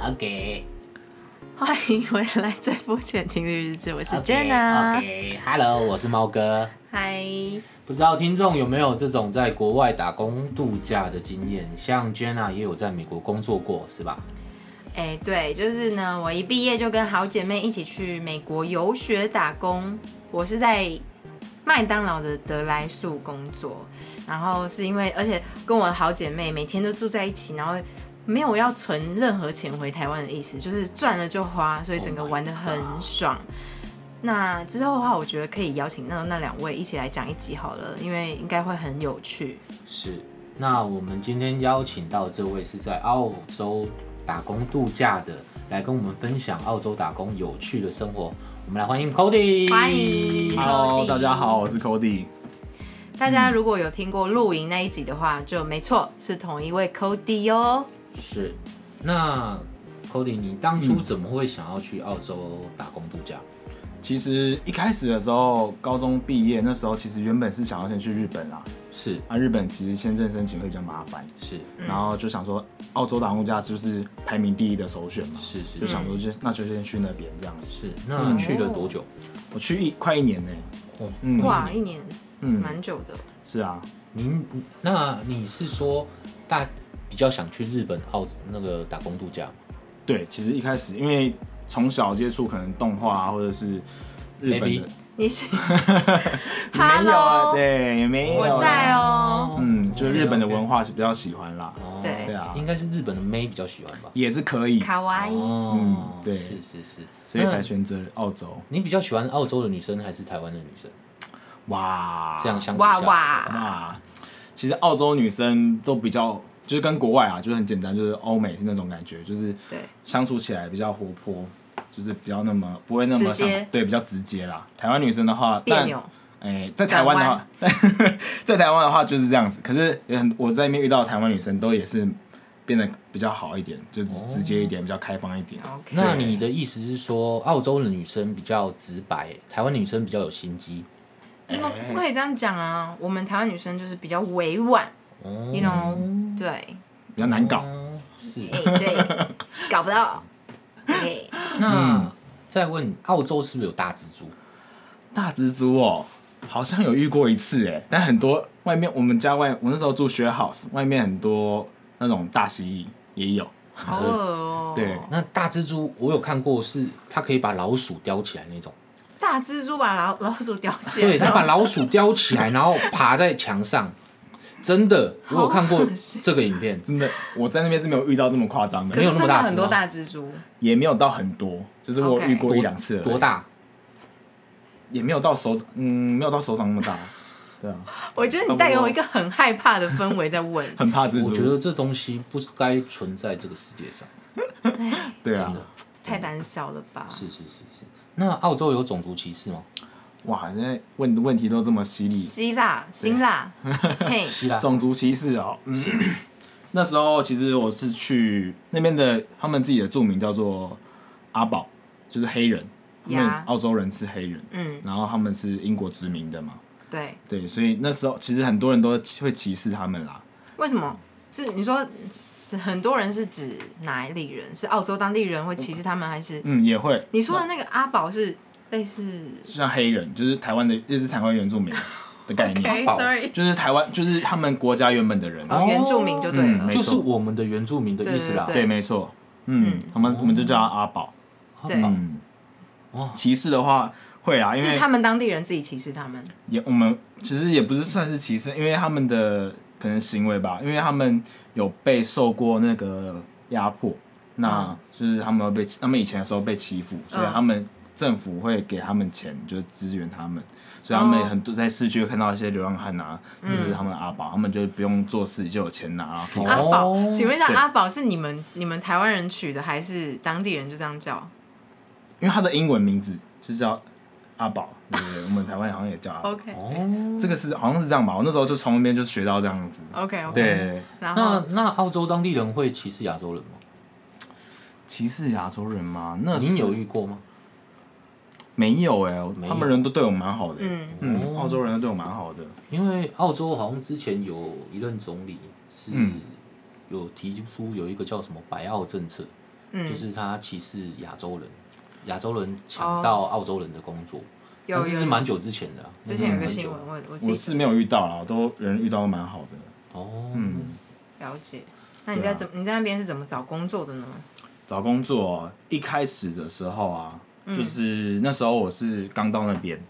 OK， 欢迎回来，最肤浅情侣日志，我是 OK， Jenna。 OK，Hello，我是猫哥。嗨，不知道听众有没有这种在国外打工度假的经验？像 Jenna 也有在美国工作过，是吧？哎，对，就是呢，我一毕业就跟好姐妹一起去美国游学打工，我是在麦当劳的德莱素工作，然后是因为而且跟我的好姐妹每天都住在一起，然后。没有要存任何钱回台湾的意思，就是赚了就花，所以整个 Oh my 玩的很 God 爽。那之后的话，我觉得可以邀请那那两位一起来讲一集好了，因为应该会很有趣。是。那我们今天邀请到这位是在澳洲打工度假的，来跟我们分享澳洲打工有趣的生活。我们来欢迎 Cody，欢迎 Hello， Cody 大家好，我是 Cody。大嗯家如果有听过露营那一集的话，就没错，是同一位 Cody 哦。是，那 Cody，你当初嗯怎么会想要去澳洲打工度假？其实一开始的时候，高中毕业那时候，其实原本是想要先去日本啦。是啊，日本其实签证申请会比较麻烦，是嗯然后就想说，澳洲打工度假就是排名第一的首选嘛，是是嗯就想说就那就先去那边这样子。是，嗯那去了哦多久？我去一快一年呢、哦，嗯哇，一年嗯，蛮久的。是啊，您那你是说大比较想去日本、澳那个打工度假吗对，其实一开始因为从小接触可能动画啊，或者是日本 Maybe 的，你是嗯 没有啊， Hello，对，也没有啊，我在哦嗯，就是日本的文化是比较喜欢啦，哦对对啊应该是日本的妹比较喜欢吧？也是可以，卡哇伊。哦嗯，对是是是，所以才嗯那选择澳洲。你比较喜欢澳洲的女生还是台湾的女生？哇，这样相处下啊哇来哇，哇，其实澳洲女生都比较，就是跟国外啊，就是很简单，就是欧美是那种感觉，就是对，相处起来比较活泼，就是比较那么不会那么直接想对，比较直接啦。台湾女生的话，别但扭。哎、在台湾的话，在台湾的话就是这样子。可是有很我在那边遇到的台湾女生都也是变得比较好一点，就哦直直接一点，比较开放一点。 OK，那你的意思是说，澳洲的女生比较直白，台湾女生比较有心机？那么不可以这样讲啊。我们台湾女生就是比较委婉哦，you know，对， 比较难搞。哦是。哎对，搞不到。OK，哎嗯那再问，澳洲是不是有大蜘蛛？大蜘蛛哦，好像有遇过一次哎，但很多外面我们家外，我那时候住 share house，外面很多那种大蜥蜴也有，好恶哦。对那大蜘蛛我有看过，是它可以把老鼠叼起来那种。大蜘蛛把老老 鼠叼起来，对，它把老鼠叼起来，然后爬在墙上。真的，我有看过恶心这个影片。真的我在那边是没有遇到这么夸张可的，没是有那真么的大只很啊多吗大蜘蛛，也没有到很多，啊就是我 OK 遇过一两次而已多？大？也没有到手，嗯，没有到手掌那么大，对啊，我觉得你带给我一个很害怕的氛围在问。很怕蜘我觉蛛，得这东西不该存在这个世界上。对真啊的，，哎太胆小了吧？是是是是。那澳洲有种族歧视吗？哇，现在问的问题都这么犀利，希腊，辛 辣，嘿，希腊种族歧视哦。嗯，那时候其实我是去那边的，他们自己的著名叫做阿宝，就是黑人，因为呀澳洲人是黑人，嗯，然后他们是英国殖民的嘛，对，对，所以那时候其实很多人都会歧视他们啦。为什么？是你说是很多人是指哪里人？是澳洲当地人会歧视他们，还是嗯，也会，你说的那个阿宝是类似就像黑人，就是台湾的，就是台湾原 住民的概念宝？OK，sorry，就是台湾，就是他们国家原本的人。哦原住民就对嗯了没。就是我们的原住民的意思啦。对对，没错。嗯，他们我们就叫他阿宝。对好吧嗯哇，歧视的话会啊啦，因为是他们当地人自己歧视他们，也我们其实也不是算是歧视，因为他们的可能行为吧，因为他们有被受过那个压迫，嗯那就是他们被他们以前的时候被欺负，所以他们政府会给他们钱，就是支援他们，所以他们哦很多在市区会看到一些流浪汉啊，就是他们的阿宝，他们就不用做事就有钱拿，然啊后可以嗯哦阿宝，哦请问一下，对阿宝是你们你们台湾人取的，还是当地人就这样叫因为他的英文名字就叫阿宝，对不对？我们台湾好像也叫阿宝， ？OK 哦，这个是好像是这样吧，我那时候就从那边就学到这样子，哦 OK OK，对。然后那那澳洲当地人会歧视亚洲人吗？歧视亚洲人吗？那您是有遇过吗？没有哎、没有他们人都对我蛮好的、嗯嗯，哦澳洲人都对我蛮好的。因为澳洲好像之前有一任总理是嗯有提出有一个叫什么“白澳政策”，嗯就是他歧视亚洲人，亚洲人抢到澳洲人的工作，有但是是有，蛮久之前的啊、之前有个嗯新蛮闻，我我自己我是没有遇到啦，我都人遇到都蛮好的。久哦，嗯，了解。那你啊在怎么你在那边是怎么找工作的呢？找工作一开始的时候啊，嗯就是那时候我是刚到那边，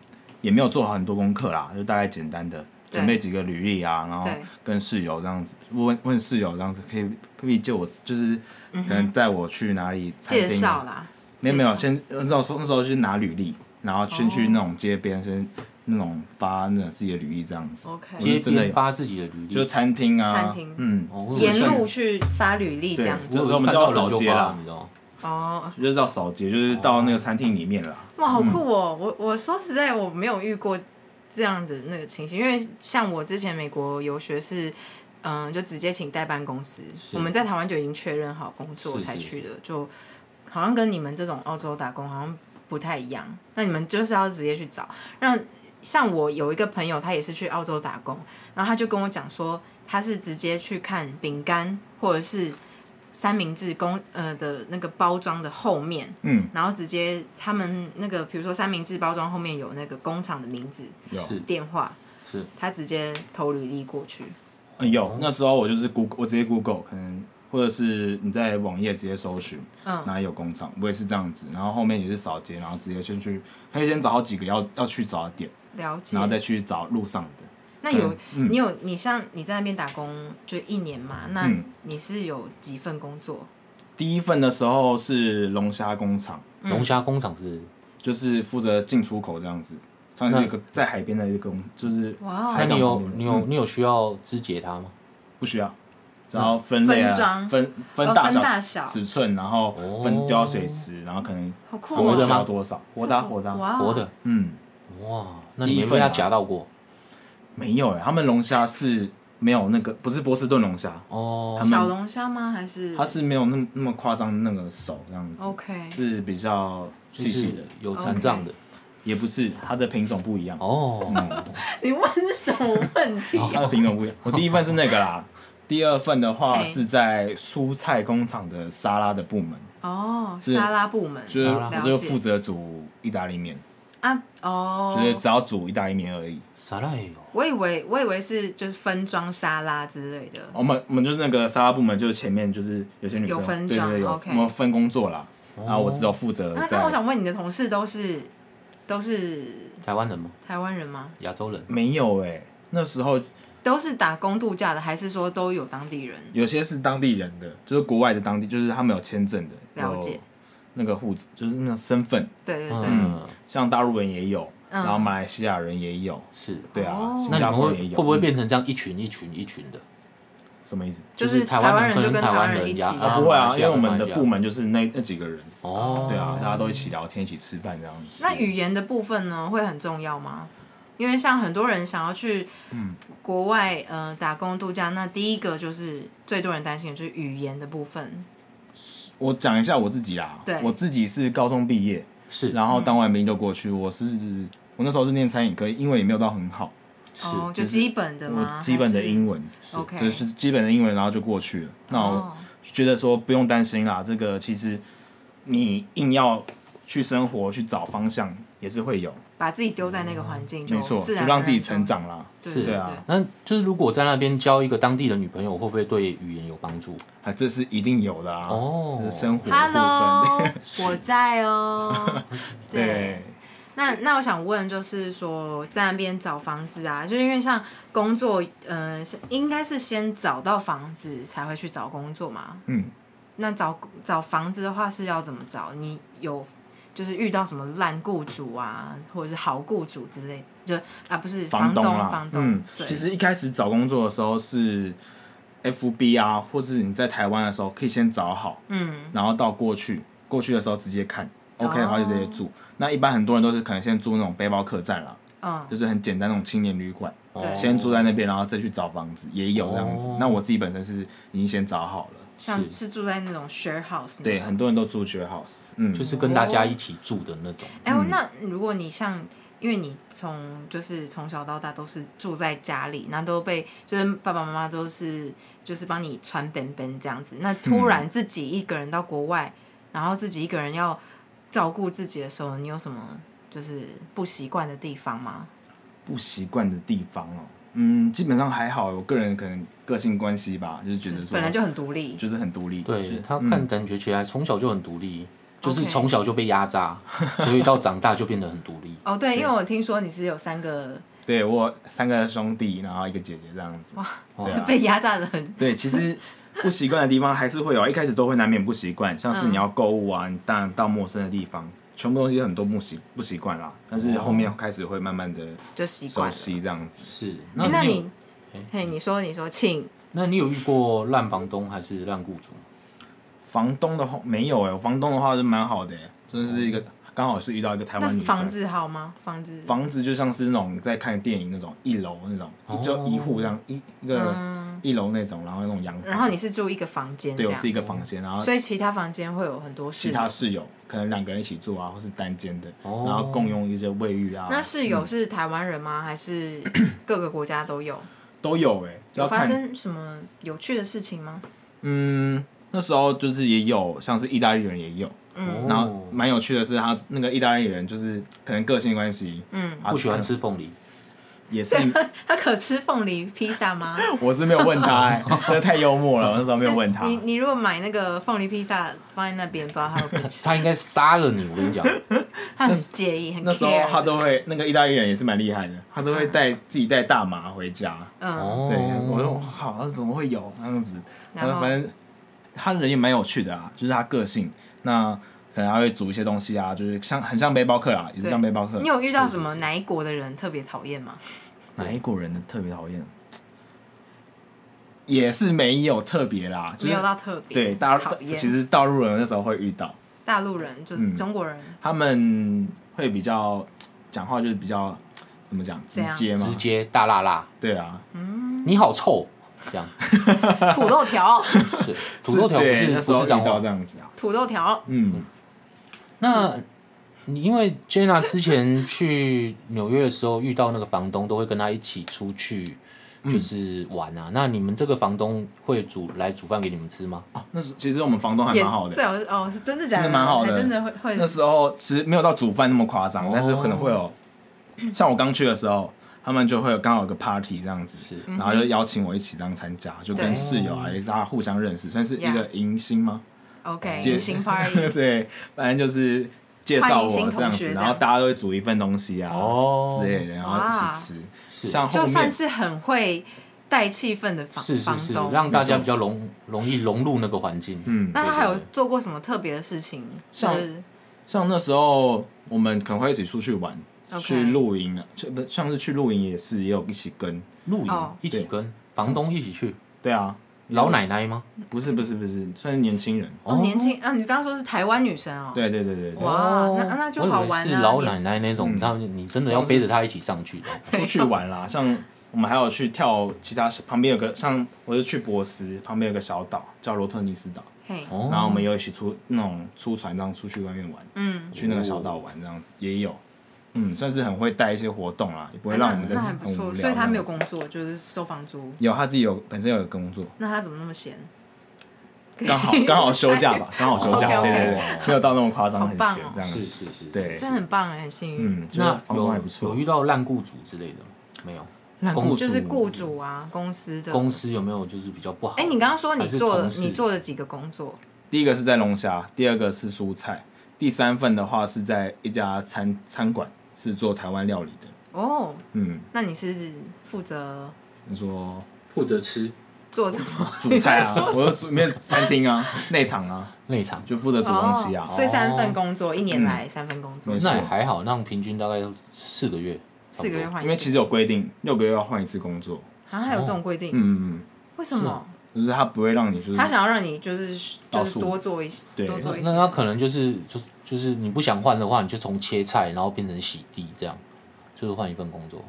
也没有做好很多功课啦，就大概简单的对准备几个履历啊，然后对跟室友这样子问问室友这样子，可以可以借我就是可能带我去哪里嗯餐介厅啊、绍啦，没有没有，介绍先呃那时候那时候去拿履历，然后先哦去那种街边先那种发那自己的履历这样子， OK，我是街真的边有发自己的履历，就是餐厅啊，哦餐厅嗯，哦我以为沿是路去发履历这样子。我有我们看叫到人扫就街发啦你知道吗？哦，就是要扫街，就是到那个餐厅里面啦。哇，好嗯酷哦！我我说实在，我没有遇过这样的那个情形，因为像我之前美国游学是，嗯、就直接请代办公司，是我们在台湾就已经确认好工作是是才去的，就好像跟你们这种澳洲打工好像不太一样。那你们就是要直接去找，让像我有一个朋友，他也是去澳洲打工，然后他就跟我讲说，他是直接去看饼干或者是三明治公呃的那个包装的后面，嗯，然后直接他们那个，比如说三明治包装后面有那个工厂的名字、有是电话，是他直接投履历过去。嗯哦有，那时候我就是 Google，我直接 Google，可能或者是你在网页直接搜寻嗯，哪里有工厂，我也是这样子，然后后面也是扫街，然后直接先去，可以先找好几个要要去找的点，了解然后。再去找路上的。那有、嗯你有你像你在那边打工就一年嘛？那嗯你是有几份工作？第一份的时候是龙虾工厂，嗯龙虾工厂是，就是负责进出口这样子，算是一个在海边的一个工，就是哇那海你港有旁边的你有嗯你有需要肢解它吗？不需要，只要分类分啊，装分分哦大分大小小、尺寸，然后分哦丢到水池，然后可能好酷活哦！的需吗要多少，活的啊活的啊，哇，哦活的，嗯。哇，那你第一没被份它啊夹到过没有哎、他们龙虾是没有那个，不是波士顿龙虾，哦？他们小龙虾吗？还是它是没有那么那么夸张的那个手这样子 OK？是比较就细是细的，有残障的也不是它的品种不一样，嗯哦，你问的是什么问 题？它哦的品种不一样。我第一份是那 个啦，第二份的话嘿是在蔬菜工厂的沙拉的部门，哦，是沙拉部门就是沙拉我就了解负责煮意大利面，啊，哦，就是只要煮意大利面而已。啥来哟？我以为我以为是就是分装沙拉之类的，哦我们我们就是那个沙拉部门，就是前面就是有些女有生分对对装对有 OK 啊我们分工作啦，哦然后我只有负责那在那我想问你的同事都是都是台湾人吗？台湾人吗？亚洲人？没有哎、那时候都是打工度假的，还是说都有当地人？有些是当地人的，就是国外的当地，就是他们有签证的，了解有那个户籍，就是那种身份，对对对，嗯，像大陆人也有，嗯然后马来西亚人也有，是。对啊，哦新那你加们坡会人也有，会不会嗯变成这样一群一群一群的？什么意思？就是台湾人人就跟台湾人一起呀啊啊不会马来啊，因西亚为我们马的来西亚部门就是那那几个人，哦，对啊，大家都一起聊天，一起吃饭这样子。那语言的部分呢，会很重要吗？因为像很多人想要去国外呃打工度假，那第一个就是最多人担心的就是语言的部分。我讲一下我自己啦对，我自己是高中毕业，是然后当完兵就过去，我是我那时候是念餐饮科，英文也没有到很好，是哦，就基本的吗？我基本的英文。文， OK，就是基本的英文，然后就过去了。那我哦觉得说不用担心啦，这个其实你硬要去生活去找方向也是会有，把自己丢在那个环境，嗯没错，自就然让自己而然成。长啦，对是对对啊那就是如果在那边交一个当地的女朋友，会不会对语言有帮助？啊，这是一定有的啊，哦这是生活的部 Hello，分， 我在哦。对，那那我想问，就是说在那边找房子啊，就是因为像工作，呃，是应该是先找到房子才会去找工作嘛。嗯，那找找房子的话是要怎么找？你有就是遇到什么烂雇主啊，或者是好雇主之类就啊不是房东东啦，房嗯，对，其实一开始找工作的时候是 FB 啊，或是你在台湾的时候可以先找好，嗯然后到过去，过去的时候直接看。OK 哦的话就直接住，那一般很多人都是可能先住那种背包客栈啦，嗯就是很简单那种青年旅馆，对先住在那边，然后再去找房子，也有这样子。哦那我自己本身是已经先找好了，像是住在那种 share house 那对，种很多人都住 share house，嗯，就是跟大家一起住的那种。哦哎、那如果你像，因为你从就是从小到大都是住在家里，那都被就是爸爸妈妈都是就是帮你穿本本这样子，那突然自己一个人到国外，然后自己一个人要照顾自己的时候，你有什么就是不习惯的地方吗？不习惯的地方哦，嗯，基本上还好，我个人可能个性关系吧，就是觉得说本来就很独立，就是很独立，就是对他嗯看感觉起来从小就很独立，就是 OK 从小就被压 榨，所以到长大就变得很独立。哦，对，因为我听说你是有三个对我有三个兄弟，然后一个姐姐这样子。对啊被压榨的很，对，其实不习惯的地方还是会有，一开始都会难免不习惯，像嗯是你要购物啊，你当然到陌生的地方，全部东西很多不习不习惯啦，但是后面开始会慢慢的就哦习惯熟了。悉这样子。是，诶哎那那你有你，嘿，你说，你说，请那你有遇过烂房东还是烂雇主？房东的话没有哎、我房东的话就蛮好的、欸，真的是一个刚好是遇到一个台那湾女房生。子好吗？房子，房子就像是那种在看电影那种一楼那种，就哦一户这样一一个嗯，一楼那种，然后那种洋房。然后你是住一个房间这对，我样是，一个房间，然后所以其他房间会有很多室其友。他室友可能两个人一起住啊，或是单间的，哦然后共用一些卫浴啊，那室友是台湾人 吗？还是各个国家都有？都有哎、欸，有就要发看。生什么有趣的事情吗？嗯，那时候就是也有像是意大利人也有，嗯哦然后蛮有趣的是他那个意大利人就是可能个性关系，嗯，他不喜欢可能 吃凤梨，也是， 他可吃凤梨披萨吗？我是没有问他、 欸，那太幽默 了，我那时候没有问他你。你如果买那个凤梨披萨放在那边，不知道他会不会 吃，他应该杀了你。我跟你讲，他很介意，很 care 那时候他都会，那个意大利人也是蛮厉害的，他都会带自己带大麻回家。嗯，哦，对，我说好，那怎么会有那样子？然然后呃后反正他人也蛮有趣的啊，就是他个性，那可能他会煮一些东西啊，就是像很像背包客啊，也是对像背包客你。有遇到什是么是是哪一国的人特别讨厌吗？哪一国人的特别讨厌？也是没有特别啦，就没是有到特别对大讨厌，其实道路人那时候会遇到，大陆人就是嗯中国人，他们会比较讲话就是比较怎么讲直怎样接嘛直，接大辣辣，对啊，你好臭，这 样土豆条，是土豆条不对是那时不候是遇脏到话这。样子啊，土豆条，嗯，那你因为 Jenna 之前去纽约的时候遇到那个房东，都会跟他一起出去。就是玩嗯啊，那你们这个房东会煮来煮饭给你们吃吗？哦，那时其实我们房东还也蛮好的，最好是哦，是真的假真的蛮好还的真的会会那时候其实没有到煮饭那么夸哦张，但是可能会有，像我刚去的时候，他们就会有刚好有个 party 这样子，是然后就邀请我一起这样参加，就跟嗯对室友啊，也大家互相认识，算是一个 Yeah 迎新吗？ OK 接迎新 party，对，反正就是介绍欢迎新我同这样学子，这样然后大家都会煮一份东西啊哦之类的，然后一起吃。是像后就算面是很会带气氛的房是是房是，东，让大家比较容容易融入那个环境。嗯那他还有对对做过什么特别的事情？就像是像那时候我们可能会一起出去玩。 OK 去露营啊，就不像是去露营也是也有一起跟，露营哦一起跟房东一起去，对啊，老奶奶吗？不是不是不是，算是年轻人，哦，年轻啊，你刚刚说是台湾女生哦，对对对对对，哇哦那那就我以为好玩啊是老奶奶那种，嗯他们你真的要背着她一起上去的。出去玩啦，像我们还有去跳其他旁边有个像我是去博斯旁边有个小岛叫罗特尼斯岛，嘿，哦然后我们有一起出那种出船这样出去外面玩，嗯，去那个小岛玩这样子也有，嗯，算是很会带一些活动啦，也不那会让我们在哎那还很不无错，聊。所以他没有工，作，就是收房租。有他自己有本身有工 作，那他怎么那么闲？刚好刚好休假 吧，刚好休假， OK，OK 哦对对对，没有到那么夸张，好很棒闲哦这样是子，是是，对，真的很棒哎，很幸运。嗯，就是那房东还不有错有，遇到烂雇主之类的吗没有？烂公雇司就是雇雇主啊，公司的公。司有没有就是比较不好？哎，你刚刚说你还是做了同事你做了几个工作？第一个是在龙虾，第二个是蔬菜，第三份的话是在一家餐餐馆，是做台湾料理的。哦，嗯，那你是负责你说负责吃做什 么？煮菜 啊，我就煮面餐厅啊，内场啊，内场，就负责煮东西啊嗯哦。所以三份工作，一年来三份工作没，错那也还好，那平均大概四个月，四个月换一次。因为其实有规定，六个月要换一次工作。啊，还有哦这种规定？嗯，为什么？就是他不会让你就是他想要让你就是就到是处多做一些，对多差做不一多。那些。那可能就是就是就是你不想换的话，你就从切菜，然后变成洗地这样，就是换一份工作。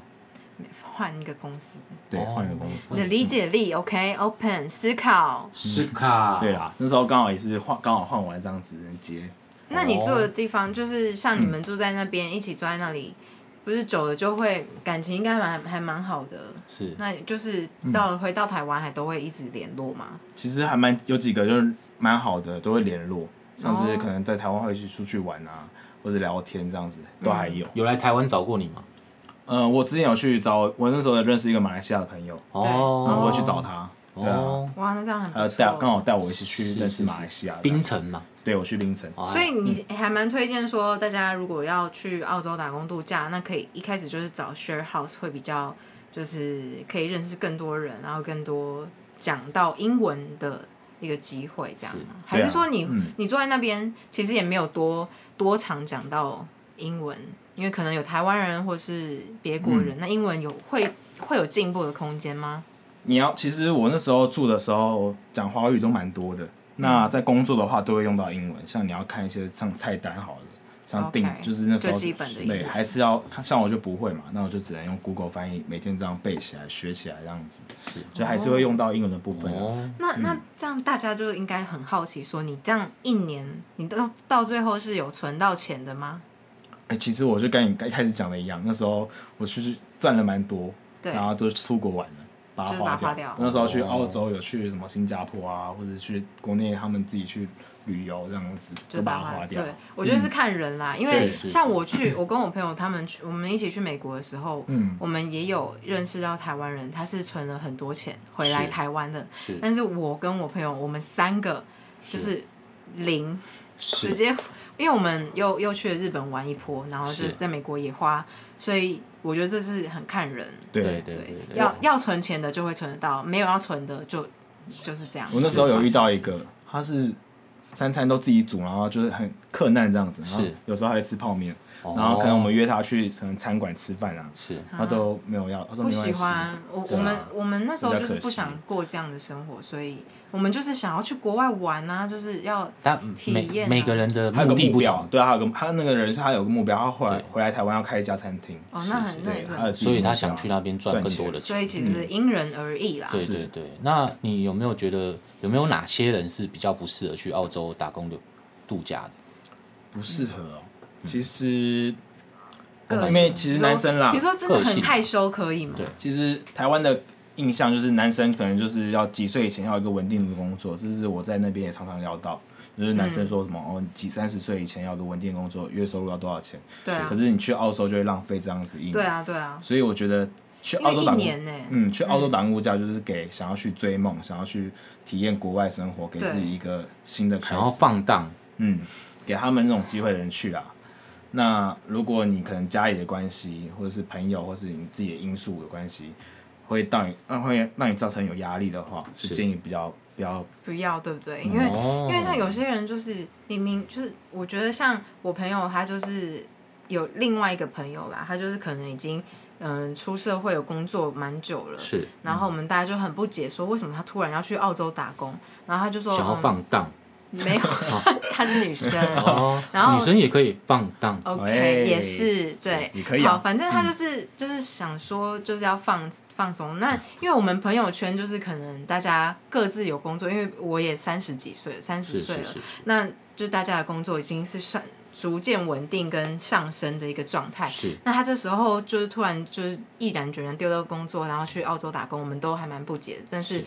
换一个公司，对哦换一个公司你。的理解力 OK，open 思考。是卡对啊，那时候刚好也是换，刚好换完这样子人接。那你住的地方就是像你们住在那边，一起住在那里，不是久了就会感情应该蛮还蛮好的。是那就是到嗯了回到台湾还都会一直联络嘛？其实还蛮有几个就是蛮好的，都会联络。像哦是可能在台湾会去出去玩啊，或者聊天这样子，都还有。有来台湾找过你吗？嗯，我之前有去找我那时候有认识一个马来西亚的朋友，然后哦，我有去找他，对啊，哦，哇，那这样很不呃，错。哦带刚好带我一起去是认是识马来西亚的，槟城嘛，对我去槟城，哦所以你嗯还蛮推荐说，大家如果要去澳洲打工度假，那可以一开始就是找 share house 会比较，就是可以认识更多人，然后更多讲到英文的一个机会，这样吗是还是说你、对啊嗯你坐在那边，其实也没有多多常讲到英文，因为可能有台湾人或是别国嗯人，那英文有会会有进步的空间吗？你要，其实我那时候住的时候讲华语都蛮多的。嗯那在工作的话都会用到英文，像你要看一些像菜单好了，像订 OK，就是那时最候基本的一些对，还是要看像我就不会嘛，那我就只能用 Google 翻译，每天这样背起来学起来这样子，所以还哦是会用到英文的部分啊、哦，那那这样大家就应该很好奇，说你这样一年，你到到最后是有存到钱的吗？哎、其实我就跟你一开始讲的一样，那时候我去赚了蛮多，对然后都出国玩了，把它就是把它花花掉那时候去哦澳洲有去什么新加坡啊，或者去国内他们自己去旅游这样子，就就把它慢慢花掉。对，我觉得是看人啦，因为对是像我去，我跟我朋友他们去，我们一起去美国的时候，嗯我们也有认识到台湾人，他是存了很多钱回来是台湾的，是但是我跟我朋友，我们三个就是零，直是接，因为我们又又去了日本玩一波，然后就是是在美国也花，所以我觉得这是很看人。对对对对对，，要要存钱的就会存得到，没有要存的就就是这样。我那时候有遇到一个，他是三餐都自己煮，然后就是很克难这样子，然后是有时候还会吃泡面，哦然后可能我们约他去可能餐馆吃饭啊，是他都没有要，他说不没喜关系，欢我，对我啊们我们那时候比较就是可惜不想过这样的生活，所以我们就是想要去国外玩啊，就是要但体验每每啊个人的他有目个的目不标同，，对啊，他有个他那个人是他有个目标，他后来对回来台湾要开一家餐厅，哦，那很那对，也是很，他有嗯自己所以目标他想去那边赚赚更多钱的钱。所以其实因人而异啦。对是对对，那你有没有觉得有没有哪些人是比较不适合去澳洲打工的度假的？不适合哦。嗯其实个性因为其实男生啦比如说真的个很性害羞，可以吗？对其实台湾的印象就是男生可能就是要几岁以前要有一个稳定的工作，这是我在那边也常常聊到，就是男生说什么、嗯哦，几三十岁以前要有个稳定的工作，月收入要多少钱？对啊可，是你去澳洲就会浪费这样子一年。对。啊，对啊，所以我觉得去因为澳洲一打工，年呢，嗯，去澳洲打工度假就是给想要去追梦、想要去体验国外生活，给对自己一个新的开想要始。放荡，嗯，给他们那种机会的人去啦。那如果你可能家里的关系，或者是朋友，或是你自己的因素的关系，会让你让会让你造成有压力的话，是是建议比较比较不要，对不对？因为哦因为像有些人就是明明就是，我觉得像我朋友他就是有另外一个朋友啦，他就是可能已经嗯出社会有工作蛮久了，是然后我们大家就很不解，说为什么他突然要去澳洲打工？然后他就说想要、放荡嗯、没有， 她是女生。 哦然，后哦女生也可以放荡， OK，、哎也是对，也可以啊好，反正嗯他就是、就是想说，就是要放放松。那因为我们朋友圈就是可能大家各自有工作，因为我也三十几岁了，三是十岁是了，是，那就大家的工作已经是算逐渐稳定跟上升的一个状态。是那他这时候就是突然就是毅然决然丢掉工作，然后去澳洲打工，我们都还蛮不解的。但是，是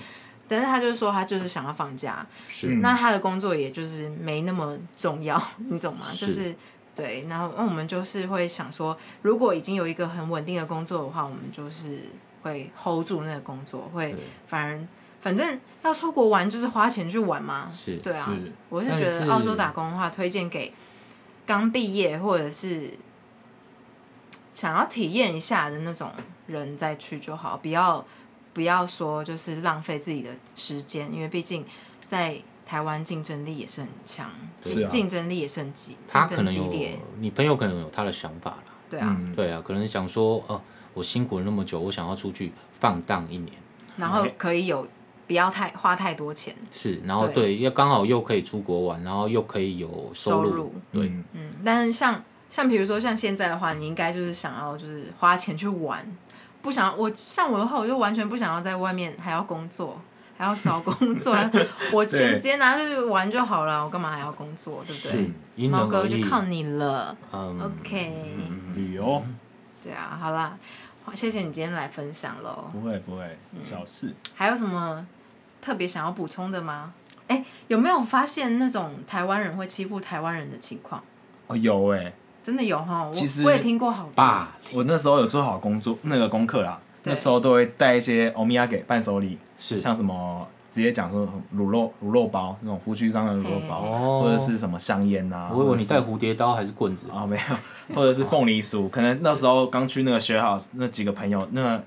但是他就是说他就是想要放假，是嗯那他的工作也就是没那么重要， 你懂吗？是就是对，然后那嗯我们就是会想说，如果已经有一个很稳定的工作的话，我们就是会 hold 住那个工作，会对反而反正要出国玩就是花钱去玩嘛，是对啊是，我是觉但得是澳洲打工的话，推荐给刚毕业或者是想要体验一下的那种人再去就好，不要不要说就是浪费自己的时间，因为毕竟在台湾竞争力也是很强，是啊竞争力也是很激，他竞可争能激有嗯烈，你朋友可能有他的想法啦，对啊，嗯，对啊，可能想说，哦，我辛苦了那么久，我想要出去放荡一年，然后可以有不要太花太多钱是，然后对对，要刚好又可以出国玩，然后又可以有收收入，入，对，嗯嗯，但是像像比如说像现在的话，你应该就是想要就是花钱去玩，不想我像我的话，我就完全不想要在外面还要工作，还要找工 作，我钱对直接拿去玩就好了，我干嘛还要工作，对不对？因人猫哥而就异，靠你了嗯， ，OK，、旅游对啊，好啦，好谢谢你今天来分享喽，嗯不会不会小事。还有什么特别想要补充的吗？哎，有没有发现那种台湾人会欺负台湾人的情况？哦，有哎、真的有哈，我其实我也听过好多。霸凌我那时候有做好工作那个功课啦，对那时候都会带一些欧米亚给伴手礼，是像什么直接讲说卤肉卤肉包那种胡须章的卤肉包，嘿哦或者是什么香烟呐、啊。我以为你带或者是蝴蝶刀还是棍子，哦没有， 或者是凤梨酥，可能那时候刚去那个 share house 那几个朋友，那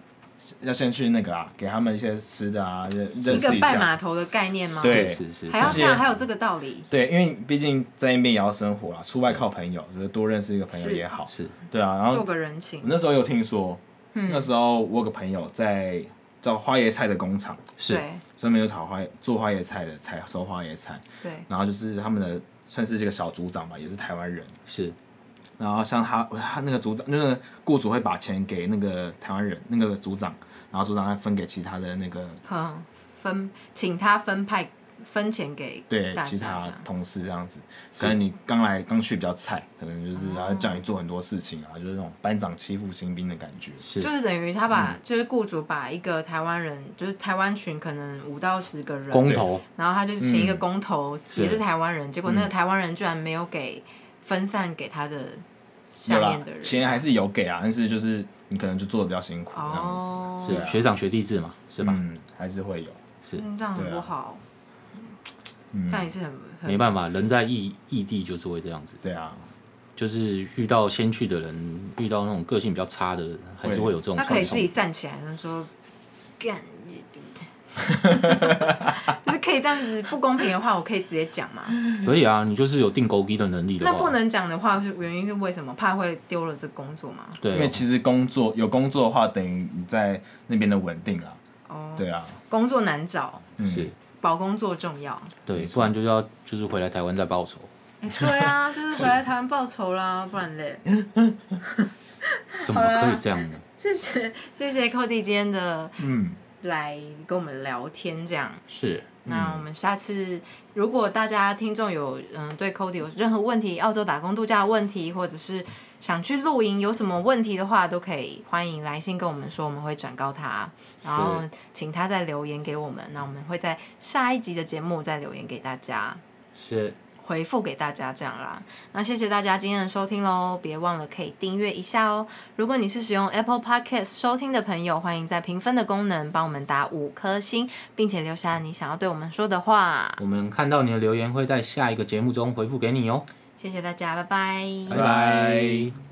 要先去那个啊，给他们一些吃的啊，认认一个识一拜下。码头的概念吗？对是是是，还要这这是样，还有这个道理。对，因为毕竟在那边也要生活啦，出外靠朋友，就是多认识一个朋友嗯是也好。是对啊，然后做个人我情，那时候有听说，嗯那时候我有个朋友在叫花椰菜的工厂，是对专门有炒花做花椰菜的，采收花椰菜。对，然后就是他们的算是这个小组长吧，也是台湾人。是然后像他他那个组长，那个雇主会把钱给那个台湾人那个组长，然后组长再分给其他的那个嗯，分请他分派分钱给对大其家他这样同事这样子。可能你刚来刚去比较菜，可能就是然后叫你做很多事情啊，就是那种班长欺负新兵的感觉。是就是等于他嗯把、就是雇主把一个台湾人，就是台湾群可能五到十个人，公投然后他就是请一嗯个工头，也是是台湾人，结果那个台湾人居然没有给分散给他的下有啦面的，人钱还是有给啊，但是就是你可能就做的比较辛苦这样子，哦，是学长学弟制嘛，是吧？嗯，还是会有。是嗯这样很不好，啊嗯这样也是很很没办法，人在异异地就是会这样子，对啊，就是遇到先去的人，遇到那种个性比较差的，还是会有这种他可传以自统己。站起来，他说干。 就是可以这样子不公平的话，我可以直接讲嘛。可以啊，你就是有定勾机的能力的那啊话，不能讲的话，是原因是为什么？怕会丢了这工作嘛。对因哦为其实工作有工作的话，等于你在那边的稳定啦。哦，对啊，工作难找，嗯是保工作重要。对，不然就要就是回来台湾再报仇，哎对啊，就是回来台湾报仇啦，不然嘞。怎么可以这样呢？ 谢谢谢谢 Cody 今天的嗯，来跟我们聊天，这样。是那我们下次，如果大家听众有嗯对 Cody 有任何问题，澳洲打工度假的问题，或者是想去露营有什么问题的话，都可以欢迎来信跟我们说，我们会转告他，然后请他再留言给我们，那我们会在下一集的节目再留言给大家。是，回复给大家这样啦。那谢谢大家今天的收听喽，别忘了可以订阅一下哦。如果你是使用 Apple Podcast 收听的朋友，欢迎在评分的功能帮我们打五颗星，并且留下你想要对我们说的话。我们看到你的留言会在下一个节目中回复给你哦，谢谢大家，拜拜。拜拜拜拜。